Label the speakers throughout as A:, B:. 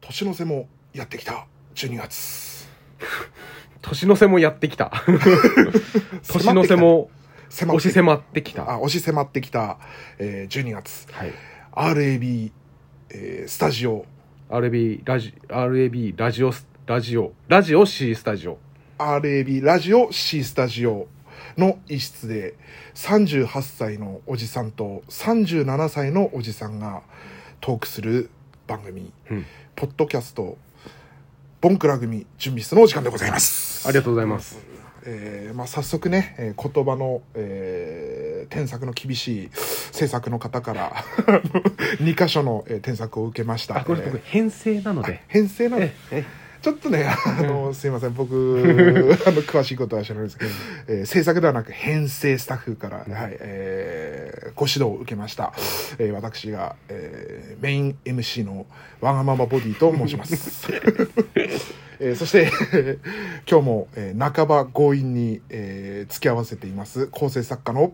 A: 年の瀬もやってきた12月
B: 年の瀬もやってき た。年の瀬も
A: 迫っ
B: 押
A: て
B: し
A: きた
B: 迫ってきた。
A: あ押し迫ってきた、えー、12月
B: はい。
A: RAB、えースタジオ
B: RAB ラジ、RAB ラジオス、ラジオ、ラジオ C スタジオ。
A: RAB ラジオ C スタジオの一室で38歳のおじさんと37歳のおじさんがトークする番組
B: うん。
A: 「ポッドキャストボンクラ組準備室」のお時間でございます。
B: ありがとうございます。
A: えーまあ、早速ね、えー言葉の、えー添削の厳しい制作の方から2箇所の、えー添削を受けました
B: あ、これ
A: えー
B: 僕、編成なので。
A: 編成なんで
B: ええ
A: ちょっとね、あの、すいません、 僕、あの、詳しいことは知らないですけど、えー制作ではなく、編成スタッフから、
B: うん
A: はい、えーご指導を受けました。えー私が、えーメイン MC のわがままボディと申し ます。えーそして、 えー今日も、えー半ば強引に、えー付き合わせています、構成作家の、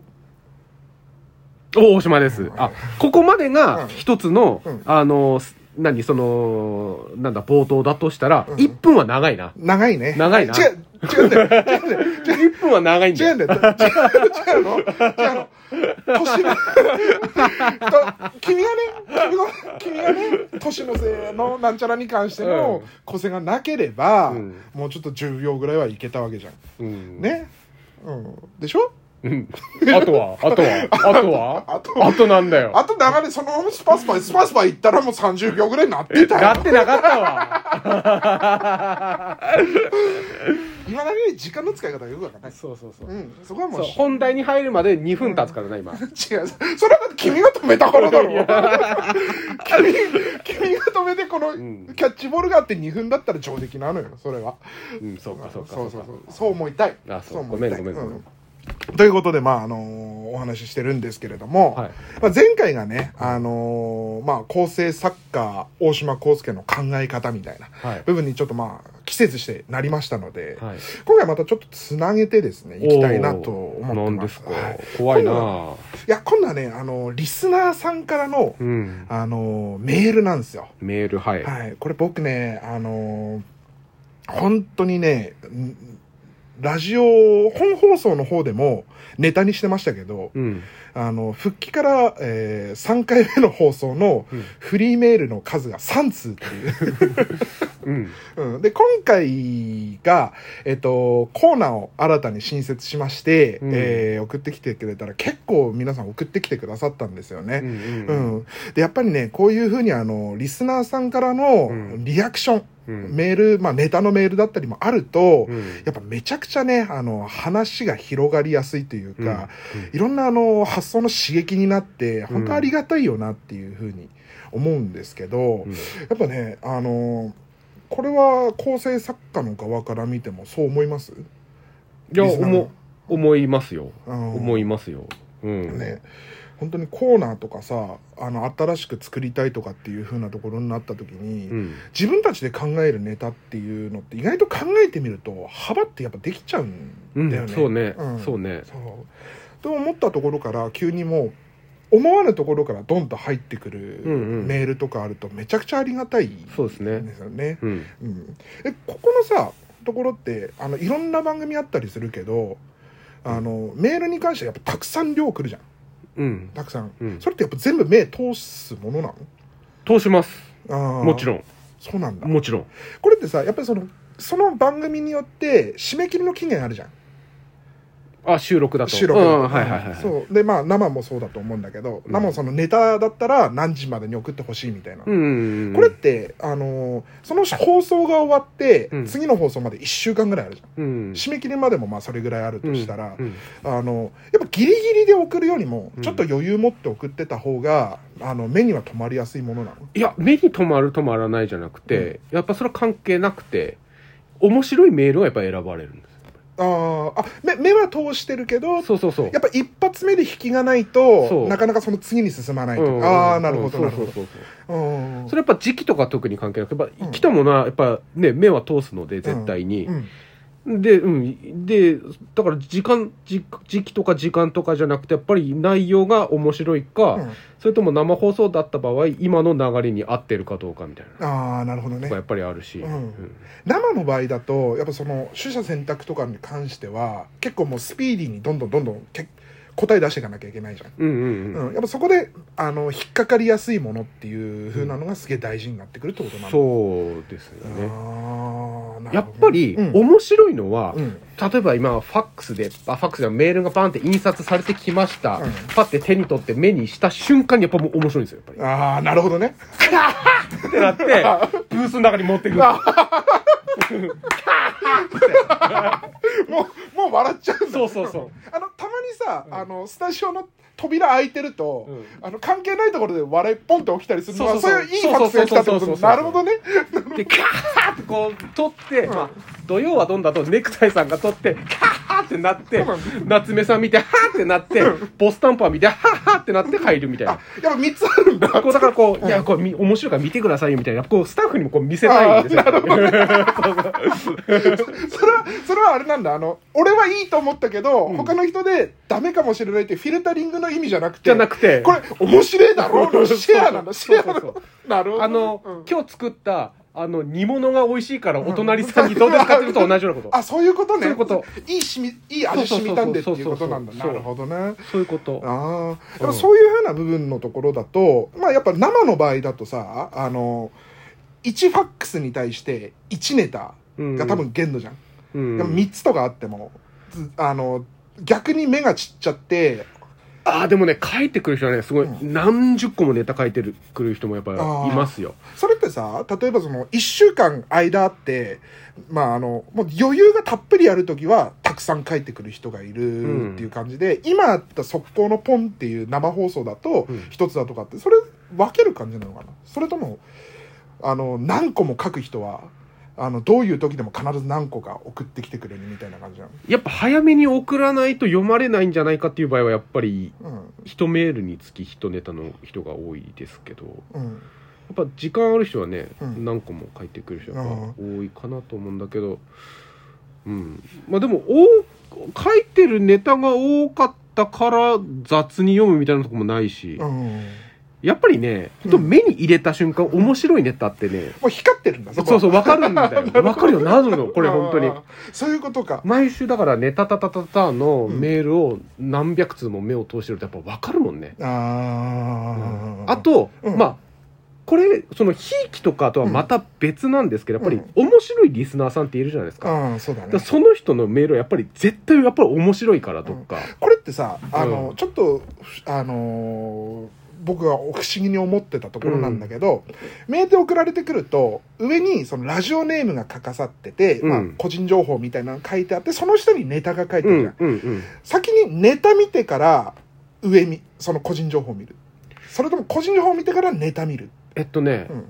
B: お、大島です。あ、ここまで
A: うん
B: が一つの
A: うん、
B: あの、す何、その、なんだ、冒頭だとしたら、
A: うん
B: 1分は長いな。
A: 長いね。
B: 長いな
A: 違う、違うんだよ。
B: 1分は長いん
A: 違
B: だ
A: うん
B: よ。
A: だよ。違う違うの違うの。年の、と君がね、君が、君がね、年のせいのなんちゃらに関しての
B: うん
A: 個性がなければ、
B: うん
A: もうちょっと10秒ぐらいはいけたわけじゃん。
B: うん。
A: ね。うん。でしょ
B: うん。あとは、あとは、あとは、
A: あ
B: あ
A: と
B: となんだよ。
A: あと流れ、そのままスパスパ、スパスパ行ったらもう30秒ぐらいになってた
B: な
A: よ
B: っ。てなかったわ。
A: 今だけ時間の使い方がよくわかんない。
B: そうそうそうう。
A: ん。そこはも
B: そうう
A: し、
B: 本題に入るまで2分経つからな、今。
A: 違う。それは君が止めたからだろ。君、君が止めてこ
B: ん
A: のキャッチボールがあって2分だったら上出来なのよ、それは。
B: うん、そうか、そうか。
A: そうそうそう。そう思いたい。
B: あそう
A: 思いたい
B: ごめんごめんごめん
A: うんということで、まあ、あのーお話ししてるんですけれども、
B: はい
A: まあ、前回がね、あのーまあ、構成作家、大島康介の考え方みたいな
B: はい
A: 部分にちょっとまあ、季節してなりましたので、
B: はい。
A: 今回またちょっとつなげてですね、いきたいなと思って
B: なん
A: ま。
B: ですすか
A: はい。
B: 怖いな
A: 今いや、今度はね、あのーリスナーさんからの、
B: うん。
A: あのーメールなんですよ。
B: メール、はい。
A: はい、これ僕ね、あのー本当にね、んラジオ、本放送の方でもネタにしてましたけど、
B: うん。
A: あの、復帰から、えー3回目の放送の
B: うん
A: フリーメールの数が3通って いう。
B: うん。
A: うん、で、今回が、えっと、コーナーを新たに新設しまして、
B: うん
A: えー送ってきてくれたら結構皆さん送ってきてくださったんですよね。
B: うん。
A: うん、でやっぱりねこういうふうにあのリスナーさんからの
B: うん
A: リアクション、
B: うん。
A: メール、まあ、ネタのメールだったりもあると、
B: うん
A: やっぱめちゃくちゃねあの話が広がりやすいというか、
B: うん
A: いろんなあの発想の刺激になって
B: ん
A: 本当ありがたいよなっていうふうに思うんですけど、
B: うん
A: やっぱねあのこれは構成作家の側から見てもそう思います
B: いや、
A: リスナー
B: 思、思いますよ。
A: うん
B: 思いますよ。うん。
A: ね、本当にコーナーとかさあの新しく作りたいとかっていう風なところになった時に、
B: うん。
A: 自分たちで考えるネタっていうのって意外と考えてみると幅ってやっぱできちゃう
B: うん
A: だよね。
B: ん。そうね
A: うん。
B: そうね。
A: そうと思ったところから急にもう思わぬところからドンと入ってくる
B: うんうん
A: メールとかあるとめちゃくちゃありがたいん
B: そうですね
A: で。すよね。
B: うん。
A: うん、えここのさところってあのいろんな番組あったりするけどあのメールに関してはやっぱたくさん量来るじゃん。
B: うん。
A: たくさん、
B: うん
A: それってやっぱ全部目通すものな
B: 通します。
A: の
B: もちろ
A: ん
B: ん。
A: そうなんだ
B: もちろん。
A: これってさやっぱりそのその番組によって締め切りの期限あるじゃん
B: あ、収録だと。
A: 収録だ
B: う
A: と
B: んはいはいはい。
A: そうでまあ生もそうだと思うんだけど、
B: うん
A: 生もそのネタだったら何時までに送ってほしいみたいな、
B: うん。
A: これって、あのーその放送が終わって、
B: うん
A: 次の放送まで1週間ぐらいあるじゃん
B: うん。
A: 締め切りまでもまあそれぐらいあるとしたら、
B: うん
A: あのやっぱギリギリで送るよりも
B: うん
A: ちょっと余裕持って送ってた方が、あの目には留まりやすいものなの
B: いや、目に留まる止まらないじゃなくて、やっぱそれは関係なくて、面白いメールがやっぱ選ばれるんで
A: あーあ目目は通してるけど
B: す。そうそうそう。
A: やっぱ一発目で引きがない
B: そ
A: と
B: う
A: なかなかその次に進まないと
B: うんうんうん
A: ああなるほど
B: そ
A: な
B: う
A: るほ
B: そう
A: ど
B: そう
A: うん
B: それやっぱ時期とか特に関係なく、やっぱ
A: うん
B: 来たものはやっぱね、目は通すので絶対に、
A: うん
B: で、うん。で、だから時間、時時期とか時間とかじゃなくて、やっぱり内容が面白いか、
A: うん
B: それとも生放送だった場合、今の流れに合ってるかどうかみたいな。
A: ああなるほどね
B: とかやっぱりあるし。
A: うん生の場合だとやっぱその取捨選択とかに関しては結構もうスピーディーにどんどんどんどんけ答え出していかなきゃいけないじゃん、
B: うんうんうん。
A: うん、やっぱそこであの引っかかりやすいものっていう風なのがすげえ大事になってくるってことなんだ
B: そうですよね。
A: あーなるほどね
B: やっぱり、
A: うん
B: 面白いのは、
A: うん
B: 例えば今、ファックスで、あ、ファックスがメールがバンって印刷されてきました。
A: うん
B: パって手に取って目にした瞬間にやっぱもう面白いんですよ、やっぱ
A: ああなるほどね
B: り。って なって、ブースの中に持ってくる。
A: もうもう笑っちゃうんだ
B: そうそうそう
A: あのたまにさ、あのスタジオの扉開いてると、
B: うん
A: あの関係ないところで笑いポンって起きたりするのは
B: そう
A: そ
B: そううそう
A: いういいファクスが来たってこと
B: そうそうそうそうそう
A: なるほどね
B: で、カーってこう、取って、まあ、土曜はどんだとネクタイさんが取って、カーってなっ
A: そ
B: て
A: うなん、
B: 夏目さん見て、はーってなって、ボスタンパー見て、はーはーってなって入るみたいな。
A: やっぱ3つあるんだ
B: こうだからこう、いや、こう、み面白いから見てくださいよみたいな、こう、スタッフにもこう見せたいんですよ。
A: それはそれはあれなんだあの俺はいいと思ったけど、他の人でダメかもしれないってフィルタリングの意味じゃなくて
B: じゃなくて
A: これ面白いだろうのシェアなんだシ
B: そう
A: ェア
B: そう
A: な
B: そ
A: ん
B: う
A: だなるほど
B: あの、
A: うん
B: 今日作った、あの、煮物が美味しいからお隣さんにどうですかっていう のと同じようなこと。
A: あそういうことね
B: そういうこと
A: いいしみいい味しみたんでっていうことなんだ
B: そうそうそうそう
A: なるほどね
B: そういうこと。
A: ああ、やっ
B: う
A: ぱ
B: ん
A: そういうふうな部分のところだと、まあやっぱ生の場合だとさ、あの、1ファックスに対して1ネタが多分限度じゃん。
B: うん
A: でも3つとかあっても、ずあの、逆に目が散っちゃって、
B: ああ、でもね、書いてくる人はね、すごい、
A: う
B: 何十個もネタ書いてるくる人もやっぱりいますよ。
A: それってさ、例えばその1週間間あって、まああの、もう余裕がたっぷりあるときは、たくさん帰ってくる人がいるっていう感じで、今あった速攻のポンっていう生放送だと
B: うん、
A: 一つだとかって、それ分ける感じなのかなそれとも、あの、何個も書く人は、あの、どういう時でも必ず何個か送ってきてくれるみたいな感じなの
B: やっぱ早めに送らないと読まれないんじゃないかっていう場合は、やっぱり、一メールにつき一ネタの人が多いですけど、
A: う
B: や
A: ん。うん。
B: っぱ時間ある人はね、
A: うん
B: 何個も書いてくる人が多いかなと思うんだけど、うん。まあでも、多書いてるネタが多かったから雑に読むみたいなとこもないし、
A: うん。
B: やっぱりね、
A: うん
B: ほんと目に入れた瞬間、面白いネタって ね、
A: もう光ってるんだ、。
B: そうそうう、わかるんだ よ。わかるよ、なるの、これ本当に
A: あ。ー。そういうことか。
B: 毎週だからね、タタタタタの
A: うん
B: メールを何百通も目を通してるとやっぱわかるもんね。
A: ああ。
B: あ、と、
A: うん
B: まあ、これ、その、ひいきとかとはまた別なんですけど、やっぱり面白いリスナーさんっているじゃないですか。だ
A: うん、そうだね
B: から。その人のメールはやっぱり絶対やっぱり面白いからとか。
A: これってさあの、
B: う
A: ちょっとふあのー僕は不思議に思ってたところなんだけど、メールで送られてくると上にそのラジオネームが書かさってて、まあ
B: うん、
A: 個人情報みたいなの書いてあってその下にネタが書いて
B: う
A: あるじゃん、
B: ん、うん、うん。
A: 先にネタ見てから上見その個人情報見るそれとも個人情報見てからネタ見る、
B: えっとね、
A: うん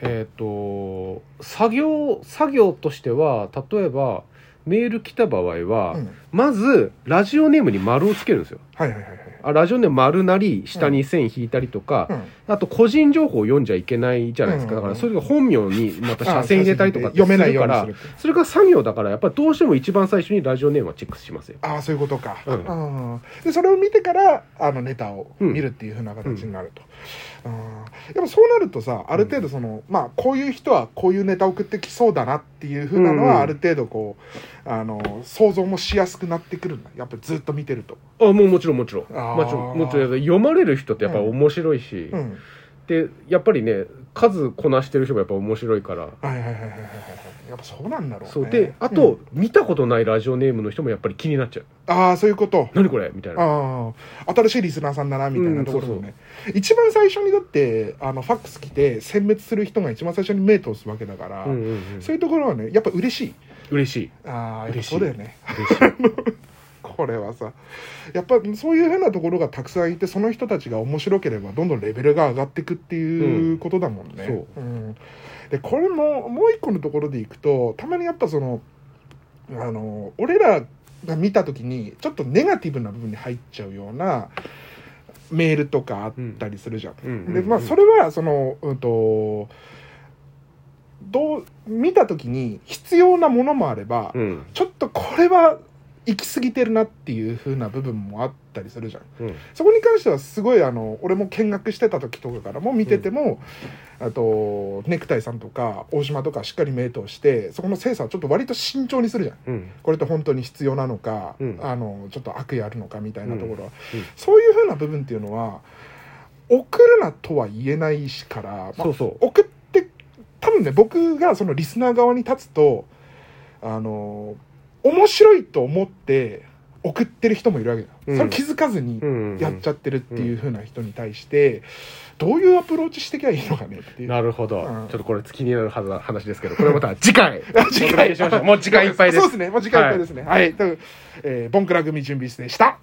B: えっ、と、作業、作業としては、例えば、メール来た場合は、
A: うん
B: まず、ラジオネームに丸をつけるんですよ。
A: はいはいはいはい、
B: あラジオネーム丸なり、下に線引いたりとか、
A: うん
B: あと個人情報を読んじゃいけないじゃないですか。
A: うん
B: だから、それが本名にまた
A: あ
B: 写真入れたりとかって
A: 読めないよう
B: す
A: に
B: る
A: す
B: から
A: る、
B: それが作業だから、やっぱりどうしても一番最初にラジオネームはチェックしますよ。
A: ああそういうことか、う
B: うん
A: でそれを見てからあのネタを見るっていうふうな形になると、うんでもそうなるとさある程度その、まあこういう人はこういうネタ送ってきそうだなっていうふうなのは、
B: うんうん
A: ある程度こうあの想像もしやすくなってくるんだやっぱりずっと見てると、
B: あ、もうもちろんもちろん。
A: あー
B: もちろん、もちろん。読まれる人ってやっぱり面白いし、
A: うん、
B: で、やっぱりね、数こなしてる人がやっぱ面白いから、
A: はいはいはいはいはいはいやっぱそうなんだろうね
B: そうで、あ
A: うん
B: と、見たことないラジオネームの人もやっぱり気になっちゃう。
A: ああそういうこと
B: 何これみたいな。
A: ああ新しいリスナーさんだなみたいなところも
B: うんそ
A: ね、一番最初にだってあのファックス来て殲滅する人が一番最初に目通すわけだから、
B: うんうんうん、
A: そういうところはねやっぱ嬉しい
B: 嬉しい。
A: ああ
B: 嬉しい
A: そうだよね
B: 嬉しい。
A: これはさやっぱそういうふうなところがたくさんいてその人たちが面白ければどんどんレベルが上がっていくっていううんことだもんね、
B: そ
A: んでこれももう一個のところでいくとたまにやっぱそのあの俺らが見た時にちょっとネガティブな部分に入っちゃうようなメールとかあったりするじゃん、
B: うんうんうん
A: でまあそれはそのうんとどう見た時に必要なものもあれば、
B: うん
A: ちょっとこれは行き過ぎてるなっていう風な部分もあったりするじゃん
B: うん
A: そこに関してはすごいあの俺も見学してた時とかからも見てても、あとネクタイさんとか大島とかしっかり目通してそこの精査はちょっと割と慎重にするじゃん
B: うん
A: これって本当に必要なのか、
B: うん
A: あのちょっと悪意あるのかみたいなところは、
B: うんうん
A: そういうふうな部分っていうのは送るなとは言えないしから、まあ
B: そうそう
A: 送って多分ね僕がそのリスナー側に立つとあの面白いと思って送ってる人もいるわけだ、
B: うん
A: それ気づかずに
B: うん
A: やっちゃってるっていう風な人に対してどういうアプローチしてきゃいいのかねっていう
B: なるほど、
A: うん
B: ちょっとこれ気になるはずな話ですけどこれまた次回
A: 次回
B: お届けしましょうもう時間いっぱいです
A: そうですねもう時間いっぱいですねはい、というえーボンクラ組準備室でした